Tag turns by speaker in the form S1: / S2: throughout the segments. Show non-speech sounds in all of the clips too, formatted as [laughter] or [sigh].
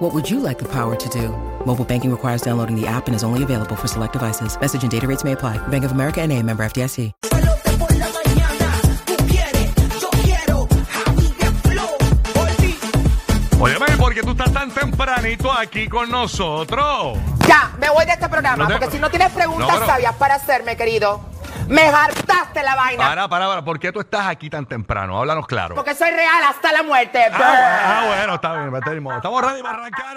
S1: What would you like the power to do? Mobile banking requires downloading the app and is only available for select devices. Message and data rates may apply. Bank of America and a member FDIC.
S2: Pelote por la mañana, tú quieres, yo quiero, Javi de Flow, volví.
S3: Óyeme, ¿por qué tú estás tan tempranito aquí con nosotros?
S4: Ya, me voy de este programa,
S3: No te-
S4: porque si no tienes preguntas
S3: No, pero-
S4: sabias para hacerme, querido, me hartaste la vaina.
S3: Para, para, para, ¿por qué tú estás aquí tan temprano? Háblanos claro.
S4: Porque soy real hasta la muerte.
S3: Ah, bueno, ah, bueno, está bien, está bien. Estamos ready para arrancar.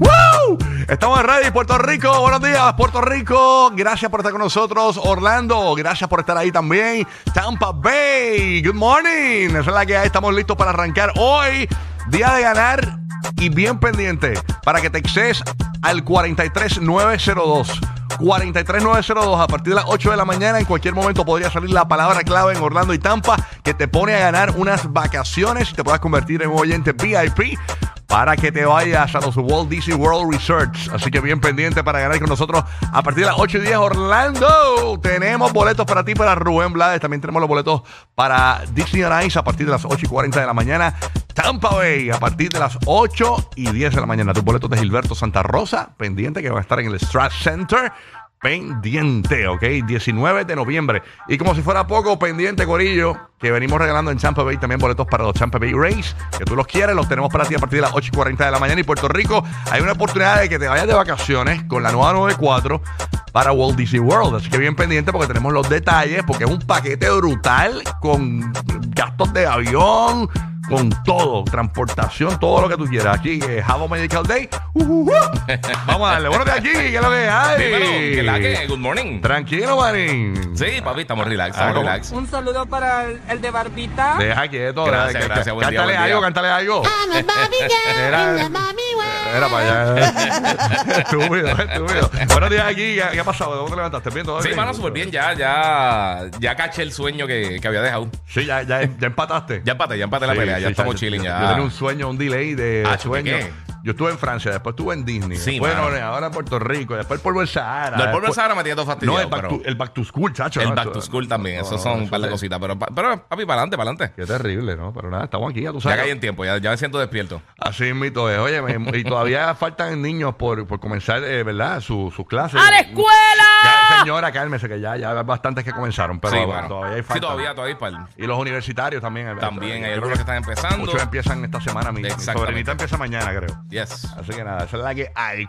S3: ¡Woo! Estamos ready, Puerto Rico. Buenos días, Puerto Rico. Gracias por estar con nosotros. Orlando, gracias por estar ahí también. Tampa Bay, good morning. Esa es la que hay. Estamos listos para arrancar hoy. Día de ganar y bien pendiente para que te excedes al 43902. 43902 a partir de las 8 de la mañana en cualquier momento podría salir la palabra clave en Orlando y Tampa que te pone a ganar unas vacaciones y te puedas convertir en un oyente VIP para que te vayas a los Walt Disney World Research. Así que bien pendiente para ganar con nosotros a partir de las 8 y 10 Orlando. Tenemos boletos para ti, para Rubén Blades. También tenemos los boletos para Disney on Ice a partir de las 8 y 40 de la mañana. Tampa Bay a partir de las 8 y 10 de la mañana. Tus boletos de Gilberto Santa Rosa, pendiente que van a estar en el Strat Center. Pendiente, ¿ok? 19 de noviembre. Y como si fuera poco, pendiente, Corillo, que venimos regalando en Champa Bay también boletos para los Champa Bay Race, que tú los quieres, los tenemos para ti a partir de las 8 y 40 de la mañana. Y Puerto Rico, hay una oportunidad de que te vayas de vacaciones con la nueva 94 para Walt Disney World. Así que bien pendiente porque tenemos los detalles, porque es un paquete brutal con gastos de avión, con todo, transportación, todo lo que tú quieras. Aquí, eh, Javo Medical Day. Uh, uh, uh. Vamos a darle. Bueno, de aquí, que es lo que hay.
S5: Dímelo, que la que, good morning.
S3: Tranquilo, Marín.
S5: Sí, papi, estamos relax,
S3: Ah,
S5: estamos
S3: ¿cómo?
S5: relax.
S6: Un saludo para el, el de Barbita.
S3: Deja quieto.
S5: Gracias,
S3: deja que-
S5: gracias, buen día,
S3: cántale
S5: buen día.
S3: algo, cántale algo.
S7: I'm a Bobby girl
S3: [laughs] Era-
S7: in the Bobby world.
S3: Era para allá. [laughs] estúpido, estúpido. Buenos días aquí. ¿Qué, qué ha pasado? ¿Cómo te levantaste? ¿Bien todo?
S5: Sí, mano, súper bien, ya, ya, ya caché el sueño que, que había dejado.
S3: Sí, ya, ya, ya empataste.
S5: Ya empate, ya empate la
S3: Sí,
S5: pelea,
S3: sí,
S5: ya estamos
S3: yo-
S5: chilling,
S3: yo-
S5: ya.
S3: Yo tenía un sueño, un delay de
S5: Ah,
S3: sueño.
S5: ¿qué?
S3: Yo estuve en Francia, después estuve en Disney.
S5: Sí,
S3: bueno,
S5: mano.
S3: ahora en Puerto Rico, después el polvo del Sahara.
S5: No, el polvo
S3: después-
S5: de Sahara me tiene todo fastidiado,
S3: Ah, No, el back,
S5: pero
S3: to, el back to school, chacho.
S5: el
S3: ¿no?
S5: back
S3: Eso-
S5: to school también,
S3: no,
S5: esos
S3: no,
S5: son
S3: eso
S5: un par de
S3: es-
S5: cositas, pero, pa- pero papi, para adelante, para adelante.
S3: Qué terrible, ¿no? Pero nada, estamos aquí, ya tú
S5: Ya
S3: sabes.
S5: caí en tiempo, ya, ya me siento despierto.
S3: Así mito es. Oye, me- y todavía [laughs] faltan niños por, por comenzar, eh, ¿verdad? Su- sus clases.
S6: ¡A la escuela!
S3: Ya, señora, cálmese, que ya, ya hay bastantes que comenzaron, pero
S5: sí,
S3: bueno,
S5: mano.
S3: todavía hay
S5: sí,
S3: falta.
S5: todavía, todavía hay par.
S3: Y los universitarios también. hay-
S5: También, hay
S3: creo
S5: algunos que están empezando.
S3: Muchos empiezan esta semana, mi, mi
S5: Exactamente.
S3: sobrinita empieza mañana, creo.
S5: Yes.
S3: Así que nada, esa es la que hay,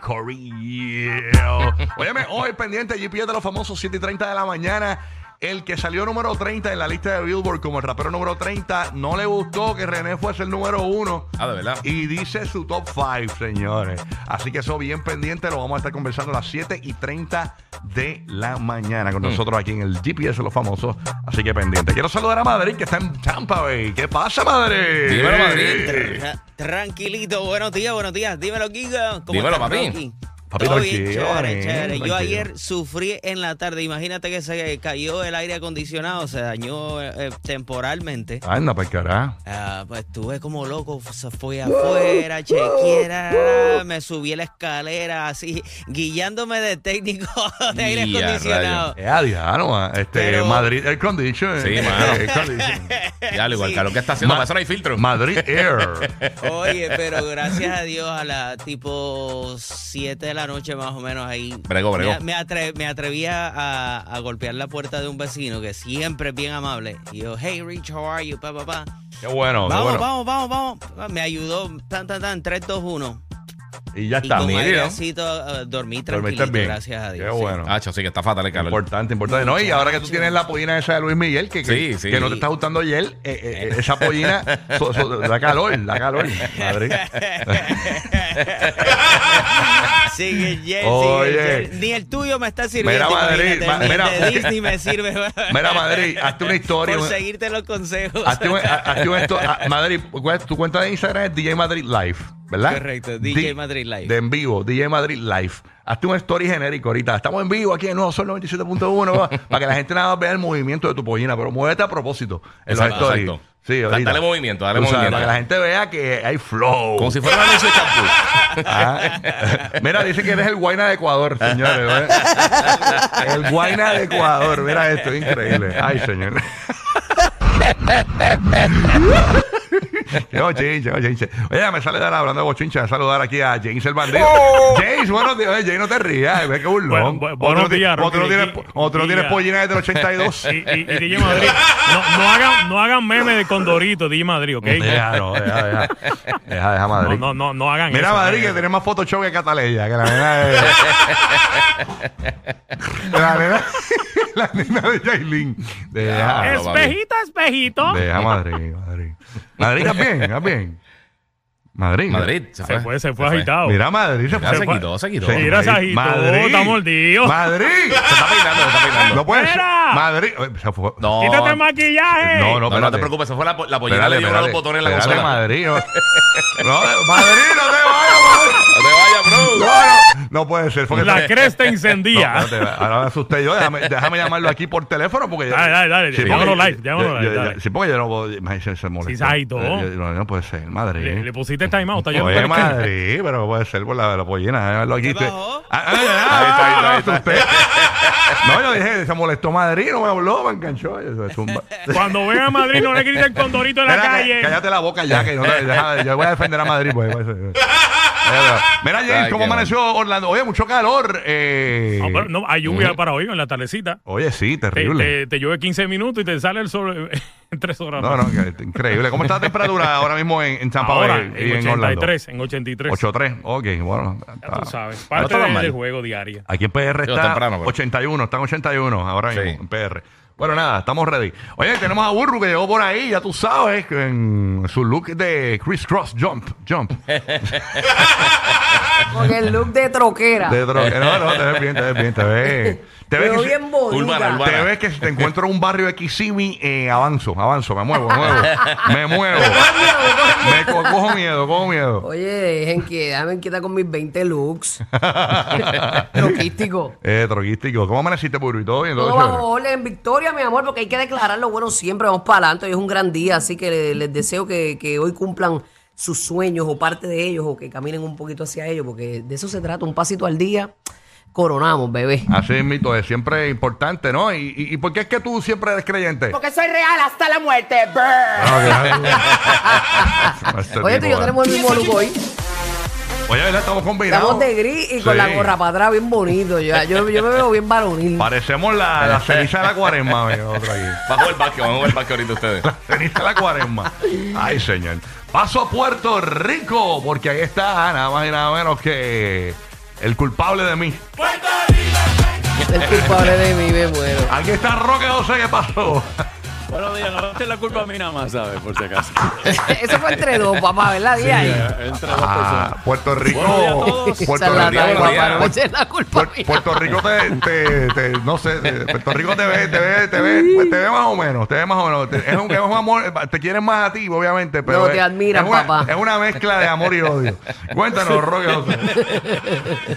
S3: Corillo. Óyeme, hoy pendiente GPS de los famosos 7 y 30 de la mañana. El que salió número 30 en la lista de Billboard como el rapero número 30, no le gustó que René fuese el número 1.
S5: Ah, de verdad.
S3: Y dice su top 5, señores. Así que eso bien pendiente, lo vamos a estar conversando a las 7 y 30 de la mañana
S5: Mm.
S3: con nosotros aquí en el GPS de los famosos. Así que pendiente. Quiero saludar a Madrid, que está en Tampa Bay. ¿Qué pasa, Madrid?
S5: Dímelo, Madrid.
S8: Tra- Tranquilito, buenos días, buenos días. Dímelo, Giga. ¿Cómo
S5: Dímelo,
S8: estás,
S5: papi.
S8: Rocky?
S3: Papi,
S8: Todo bien,
S3: tranquilo,
S8: chévere,
S3: eh,
S8: chévere. Yo
S3: tranquilo.
S8: ayer sufrí en la tarde. Imagínate que se cayó el aire acondicionado, se dañó eh, temporalmente.
S3: Anda, para carajo.
S8: Ah, pues estuve como loco, se fue afuera, chequera, me subí a la escalera, así, guiándome de técnico [laughs] de aire
S5: Y a
S8: acondicionado.
S3: [laughs] Eh, adiano, este,
S8: Pero-
S3: Madrid Air Condition.
S5: Sí,
S3: eh,
S5: mano.
S3: Air Condition.
S5: Ya, lo igual,
S8: Sí.
S5: claro, que está haciendo?
S3: Ma-
S5: Para eso no hay filtro.
S3: Madrid Air.
S8: Oye, pero gracias a Dios a las tipo 7 de la noche más o menos ahí.
S5: Bregó, bregó.
S8: Me, me atre- me atreví a, a- a golpear la puerta de un vecino que siempre es bien amable. Y yo, hey Rich, how are you? Pa, pa, pa.
S3: [laughs] Qué bueno, qué
S8: vamos,
S3: bueno.
S8: vamos, vamos, vamos. Me ayudó, tan, tan, tan, 3, 2, 1.
S3: Y ya
S8: Y
S3: está.
S8: con
S3: mira,
S8: airecito eh, dormí tranquilo,
S3: bien.
S8: gracias a Dios.
S3: Qué
S8: sí.
S3: bueno.
S5: Hacho, sí, que está fatal el calor.
S3: Importante, importante. No, y ahora que tú tienes la pollina esa de Luis Miguel, que, que,
S5: Sí, sí.
S3: que no te está gustando ayer, eh, eh, eh, esa pollina so- so- da calor, da calor. Madrid.
S8: [laughs] [laughs] Sigue Jesse,
S3: Oye.
S8: Ni el tuyo me está
S3: Mira,
S8: sirviendo.
S3: Madrid,
S8: imagínate,
S3: ma-
S8: ni el
S3: mira.
S8: de Disney me sirve.
S3: Mira, Madrid, hazte una historia.
S8: Por
S3: una-
S5: [laughs]
S8: seguirte los consejos.
S3: Hazte un, ha- hazte un esto, ah, Madrid, cu- tu cuenta de Instagram es DJ Madrid Live. ¿Verdad?
S8: Correcto, DJ Madrid Live.
S3: De en vivo, DJ Madrid Live. Hazte un story genérico ahorita. Estamos en vivo aquí en Nuevo Sol
S5: [laughs]
S3: 97.1 va, para que la gente nada más vea el movimiento de tu pollina, pero muévete a propósito. en los
S5: Exacto,
S3: stories.
S5: exacto.
S3: Sí,
S5: Da-
S3: ahorita.
S5: dale movimiento, dale
S3: Tú sabes,
S5: movimiento.
S3: Para que la gente vea que hay flow.
S5: Como si fuera un anuncio
S3: [laughs]
S5: de champú.
S3: Ah. [laughs] Mira, dice que eres el guayna de Ecuador, señores. ¿eh? El guayna de Ecuador. Mira esto, increíble. Ay, señor. Qué bochinche, bochinche. Oye, me sale dar hablando de bochinche, me saludar aquí a James el bandido. James, buenos días. Oye, James, no te rías, ve que burlón.
S9: Bueno, bu- buenos
S3: otro ti-
S9: días, Rocky.
S3: Otro tiene,
S9: Y-
S3: otro
S9: y-
S3: tiene
S9: y-
S3: pollina desde el 82.
S9: Y, y, y DJ Madrid. No, no hagan, no hagan meme de Condorito, DJ Madrid, ¿ok?
S3: Deja, no, deja, deja. Deja, deja,
S9: No,
S3: Madrid.
S9: no, no, no hagan
S3: Mira,
S9: eso.
S3: Madrid, que
S9: ¿no?
S3: tenés más Photoshop que Cataleya. Que la nena
S9: [laughs]
S3: de. la nena. la nena de [laughs] Jailin. Deja,
S5: tenés- Es-
S9: Espejito, espejito.
S3: deja Madrid, Madrid. Madrid, estás bien, estás bien. Madrid.
S5: Madrid. Se
S9: Se fue, se fue agitado.
S3: Mira, Madrid se
S5: Ya
S3: fue.
S5: se
S9: fue.
S5: quitó, se quitó.
S3: Se-
S9: Mira, se agitó, está mordido.
S3: Madrid.
S5: Se está peinando, se está peinando.
S3: No puede ser.
S9: Mira.
S3: Madrid. eh, se fue.
S5: No.
S9: Quítate el
S5: no,
S9: maquillaje.
S3: No, no,
S5: no,
S3: espérate.
S5: te preocupes, esa fue la, po- la pollera
S3: Espérate,
S5: le dio uno de
S3: espérate.
S5: los botones en la
S3: Espérate,
S5: consola.
S3: Madrid. No, No, Madrid, no te vayas, Madrid.
S5: No te vayas,
S3: No,
S5: bro.
S3: no, no puede ser. porque-
S9: La cresta
S3: No,
S9: encendía.
S3: espérate, ahora me asusté yo. Déjame, déjame llamarlo aquí por teléfono porque
S9: Dale, dale, dale, llámalo
S3: porque-
S9: live, llámalo
S3: yo-
S9: live,
S3: yo-
S9: dale.
S3: Sí, porque yo no puedo. me- Se, se molestó.
S9: Sí, se agitó.
S3: Eh, yo- No, no puede ser, madre.
S9: le, le pusiste timeout. Está yo
S3: Oye, madre, pero no puede ser por la, la pollina. déjalo aquí.
S8: ¿Qué
S3: Usted-
S8: bajó?
S3: Ah, ah, ah,
S5: Ahí está, ahí está, ahí
S3: asusté. No, yo dije, se molestó Madrid, no me habló, me enganchó. Yo, se
S9: [laughs]
S3: zumba.
S9: Cuando ven a Madrid, no le griten Condorito en la
S3: Mira, ca-
S9: calle.
S3: Cállate la boca ya, que no te- deja- yo voy a defender a Madrid. Pues, pues, eh. Mira, mira, James,
S5: Ay,
S3: ¿cómo
S5: qué
S3: amaneció Orlando? Oye, mucho calor. Eh,
S9: No, Eh, pero no, hay lluvia para hoy en la tardecita.
S3: Oye, sí,
S9: Te,
S3: terrible.
S9: te- te llueve 15 minutos y te sale el sol [laughs] en 3 horas.
S3: No,
S9: más.
S3: no, que- increíble. ¿Cómo está la temperatura ahora mismo en, en Tampa
S9: Ahora,
S3: Bay y
S9: Ah, en
S3: en Orlando?
S9: 83, en 83.
S3: 8-3, ok, bueno.
S9: Ya tú sabes,
S5: no
S9: parte
S5: está tan
S9: de-
S5: mal.
S9: del juego diario.
S3: Aquí en PR
S5: Digo,
S3: está
S5: temprano, pero-
S3: 81, están 81 ahora
S5: Sí.
S3: mismo en PR. Bueno, nada, estamos ready. Oye, tenemos a Burru que llegó por ahí, ya tú sabes, en su look de Chris Cross Jump, Jump.
S10: Con el look de troquera.
S5: [laughs]
S3: De droga. No, no, te ves bien, te ves bien, te ves. Te ves
S10: Pero
S3: que si-
S10: bien boluda.
S5: Urbana, urbana.
S3: te ves que si te encuentro en un barrio de Kissimmee, eh, avanzo, avanzo, me muevo, me muevo, me
S5: [laughs]
S3: muevo. me co- cojo miedo, cojo miedo.
S10: [laughs] Oye, dejen que déjame quieta con mis 20 looks.
S3: [laughs]
S10: Loquístico.
S3: Eh, droguístico. ¿Cómo amaneciste, Burbu? ¿Y todo bien? ¿Todo
S10: Todo
S3: chévere?
S10: bajo orden, victoria, mi amor, porque hay que declarar lo bueno siempre. Vamos para adelante, hoy es un gran día, así que le- les, deseo que, que hoy cumplan sus sueños o parte de ellos o que caminen un poquito hacia ellos, porque de eso se trata, un pasito al día, coronamos, bebé.
S3: Así es, mito, es siempre importante, ¿no? ¿Y, y, y por qué es que tú siempre eres creyente? Ah,
S4: Porque soy real hasta la muerte. Brr. [laughs]
S3: Este
S10: Oye, tú y
S3: tipo,
S10: yo tenemos el mismo look hoy.
S3: Oye, ¿verdad? Estamos combinados.
S10: Estamos de gris y con
S3: Sí.
S10: la gorra para atrás bien bonito. Yo, yo, yo me veo bien varonil.
S3: Parecemos la, la ceniza de la cuaresma, amigo, otro aquí.
S5: Vamos a jugar el básquet, vamos a jugar el básquet ahorita ustedes.
S3: Ceniza de la cuaresma. Ay, señor. Paso a Puerto Rico, porque ahí está nada más y nada menos que el culpable de mí.
S10: El culpable de mí me muero.
S3: Aquí está Roque José, ¿qué pasó?
S11: Buenos días, no es la culpa a mí nada más, ¿sabes? Por si acaso.
S10: Eso fue entre dos, papá, ¿verdad? Di ahí.
S11: Entre dos
S3: Ah,
S11: personas.
S3: Puerto Rico.
S11: Buenos días a
S10: [laughs]
S11: todos.
S3: Puerto
S10: Esa es la
S3: Rico.
S10: tagua,
S5: buenos
S10: papá,
S5: días.
S10: no me eches la culpa
S3: Puer-
S10: mía. [laughs]
S3: Puerto Rico te, te, te- no sé, te- Puerto Rico te ve, te ve, te ve, pues, te ve más o menos, te ve más o menos. Te- es, un, es un amor, eh, te quieren más a ti, obviamente, pero
S10: No,
S3: es-
S10: te admiran,
S3: es una,
S10: papá.
S3: Es una mezcla de amor y odio. Cuéntanos, Roque José.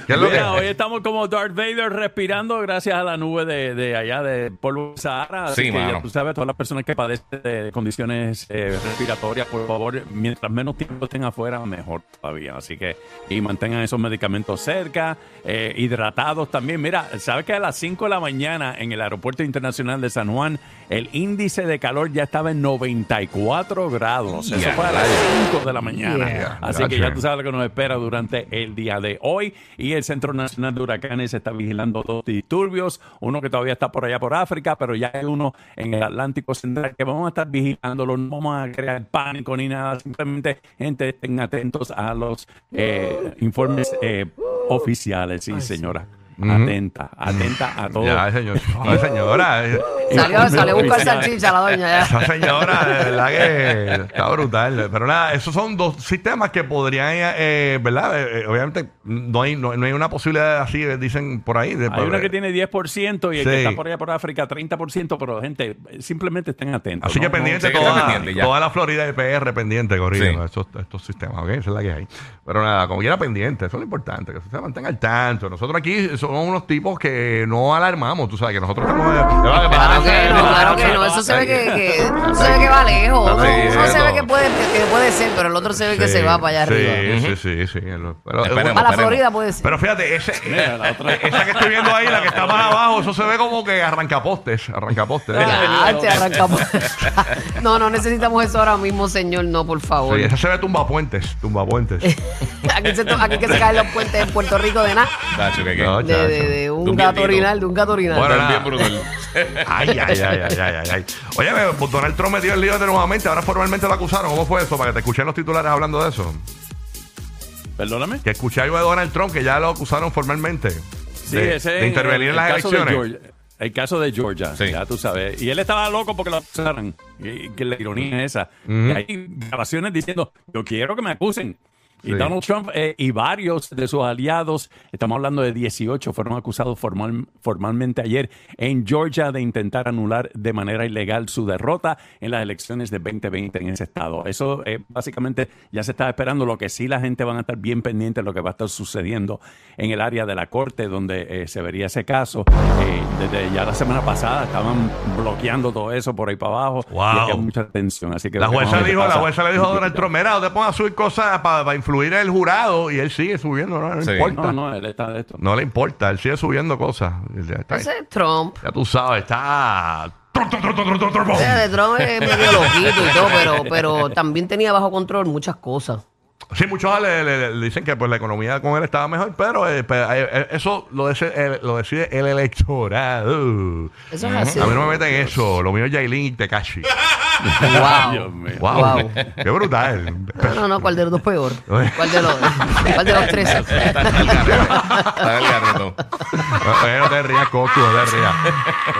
S3: ¿Qué es lo
S11: Mira, hoy
S3: que
S11: estamos como Darth Vader respirando gracias a la nube de, de allá de polvo de Sahara. Así
S5: Sí,
S11: que
S5: mano.
S11: ya tú sabes, todas las personas que padecen de condiciones eh, respiratorias, por favor, mientras menos tiempo estén afuera, mejor todavía. Así que, y mantengan esos medicamentos cerca, eh, hidratados también. Mira, sabes que a las 5 de la mañana en el Aeropuerto Internacional de San Juan, el índice de calor ya estaba en 94 grados. Eso
S5: Ya,
S11: fue a las 5 de la mañana.
S3: Yeah.
S11: Así que ya tú sabes lo que nos espera durante el día de hoy. Y el Centro Nacional de Huracanes está vigilando dos disturbios, uno que todavía está por allá por África, pero ya hay uno en el Atlántico Central que vamos a estar vigilándolo, no vamos a crear pánico ni nada, simplemente gente estén atentos a los eh, informes eh, oficiales, sí señora.
S3: Ujú.
S11: Atenta, atenta a todo.
S3: Ya, señor. Ay, señora.
S10: Salió, salió a buscar
S11: Felicidades.
S10: salchicha la doña. ya.
S3: Esa señora, de verdad que está brutal. Pero nada, esos son dos sistemas que podrían, eh, ¿verdad? Eh, eh, obviamente, no hay, no, no hay una posibilidad así, eh, dicen por ahí. de- pues,
S11: Hay uno que tiene 10% y el que
S3: Sí.
S11: está por allá por África 30%, pero gente, simplemente estén atentos.
S3: Así que
S11: ¿no?
S3: pendiente
S11: No-
S5: queda
S3: toda,
S5: pendiente ya.
S3: toda la Florida de PR pendiente, corriendo
S5: Sí.
S3: estos, estos sistemas, ¿ok? Esa es la que hay. Pero nada, como quiera pendiente, eso es lo importante, que se mantenga al tanto. Nosotros aquí somos unos tipos que no alarmamos, tú sabes, que nosotros estamos...
S10: Claro que no, claro que no. Eso se ve que, que- eso se ve que va lejos. Uno, uno se ve que puede, que puede ser, pero el otro se ve que se va para allá
S3: sí,
S10: arriba.
S3: Sí, sí, sí, sí. Pero,
S5: Esperemos.
S10: Para la Florida pues. puede ser.
S3: pero fíjate, ese- eh,
S11: Mira, la otra-
S3: esa que estoy viendo ahí, la que está más abajo, eso se ve como que arrancapostes, arrancapostes. ¿eh?
S10: Ah, te arrancamos. [laughs] no, no necesitamos eso ahora mismo, señor. No, por favor.
S3: Sí, esa se ve tumbapuentes,
S10: [laughs]
S3: tumbapuentes.
S10: Aquí, se to- aquí que se caen los puentes en Puerto Rico de nada.
S5: Tacho, que qué.
S3: No,
S10: De, de- de
S5: De
S10: un
S5: un
S10: gato
S5: vietito.
S10: orinal, de un gato orinal.
S3: Bueno,
S5: Está bien
S3: nada.
S5: brutal. [laughs]
S3: Ay, ay, ay, ay, ay, ay, ay. Oye, me- pues, Donald Trump metió el lío de nuevamente, ahora formalmente lo acusaron. ¿Cómo fue eso? Para que te escuchen los titulares hablando de eso.
S11: Perdóname.
S3: Que escuché algo de Donald Trump que ya lo acusaron formalmente.
S11: Sí,
S3: de,
S11: ese
S3: de
S11: es el-
S3: intervenir
S11: el
S3: en las
S11: caso de
S3: elecciones.
S11: Georgia- el caso de Georgia,
S5: Sí.
S11: ya tú sabes. Y él estaba loco porque lo acusaran. Y, que la ironía es esa.
S3: Ujú.
S11: Y hay grabaciones diciendo, yo quiero que me acusen. Y
S3: Sí.
S11: Donald Trump eh, y varios de sus aliados, estamos hablando de 18, fueron acusados formal- formalmente ayer en Georgia de intentar anular de manera ilegal su derrota en las elecciones de 2020 en ese estado. Eso eh, básicamente ya se está esperando. Lo que sí la gente van a estar bien pendiente de lo que va a estar sucediendo en el área de la corte donde eh, se vería ese caso. Eh, desde ya la semana pasada estaban bloqueando todo eso por ahí para abajo. Y
S3: Wow.
S11: había mucha tensión. Así que
S3: La
S11: vamos a
S3: jueza
S11: ver qué
S3: dijo, la
S11: pasa.
S3: jueza le dijo a Donald Trump, mira, no te pongas a subir cosas para influir el jurado y él sigue subiendo, no, le
S5: Sí.
S3: importa.
S11: No, no, él está de esto.
S3: No le importa, él sigue subiendo cosas. Ya, está-
S10: Ese es Trump.
S3: ya tú sabes, está. Trum, trum, trum, trum, trum, trum, trum.
S10: Ese de Trump es medio loquito y todo, pero, pero también tenía bajo control muchas cosas.
S3: Sí, muchos le, le- le dicen que pues, la economía con él estaba mejor, pero eh, pe- eh, eh, eso lo, dese- el- lo decide el electorado.
S10: Eso es así.
S3: A mí no me meten eso, lo mío es Yailin y Tekashi.
S11: Dios
S10: Wow.
S11: mío.
S3: Wow,
S10: Wow.
S3: qué brutal. [laughs]
S10: No, no, no, ¿cuál de los dos peor? ¿Cuál de los, cuál de los tres?
S5: [laughs] Está en el garete. Está en el garete.
S3: Oye, Eh, no te rías, Coqui, no te rías.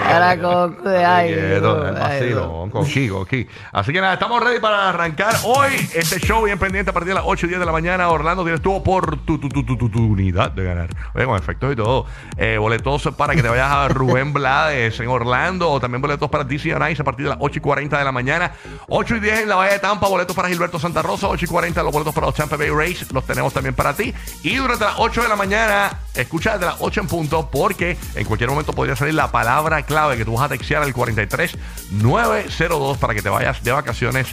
S10: Ahora, Coqui, ay,
S3: Quieto,
S10: no,
S3: el
S10: ay,
S3: vacilón, Coqui, Coqui. Así que nada, estamos ready para arrancar hoy este show bien pendiente a partir de las 8 y 10 de la mañana. Orlando tienes tu oportunidad de ganar. Oye, con efectos y todo. Eh, boletos para que te vayas a Rubén Blades en Orlando. O también boletos para DC on Ice a partir de las 8 y 40 de la mañana. 8 y 10 en la Bahía de Tampa. Boletos para Gilberto Santa Rosa. 8 y 40 los boletos para los Tampa Bay Rays. Los tenemos también para ti. Y durante las 8 de la mañana, escucha desde las 8 en punto porque en cualquier momento podría salir la palabra clave que tú vas a textear al 43902 para que te vayas de vacaciones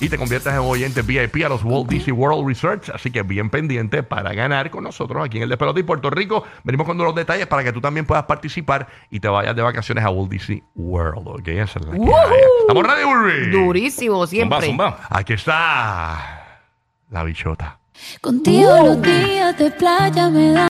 S3: y te conviertas en oyente VIP a los Walt Disney World Research. Así que bien pendiente para ganar con nosotros aquí en el Despelote y Puerto Rico. Venimos con los detalles para que tú también puedas participar y te vayas de vacaciones a Walt Disney World. Ok, esa es la que hay. Estamos ready, Burry.
S10: Durísimo
S5: Zumba,
S10: siempre.
S5: zumba.
S3: Aquí está la bichota.
S7: Contigo los días de playa me dan.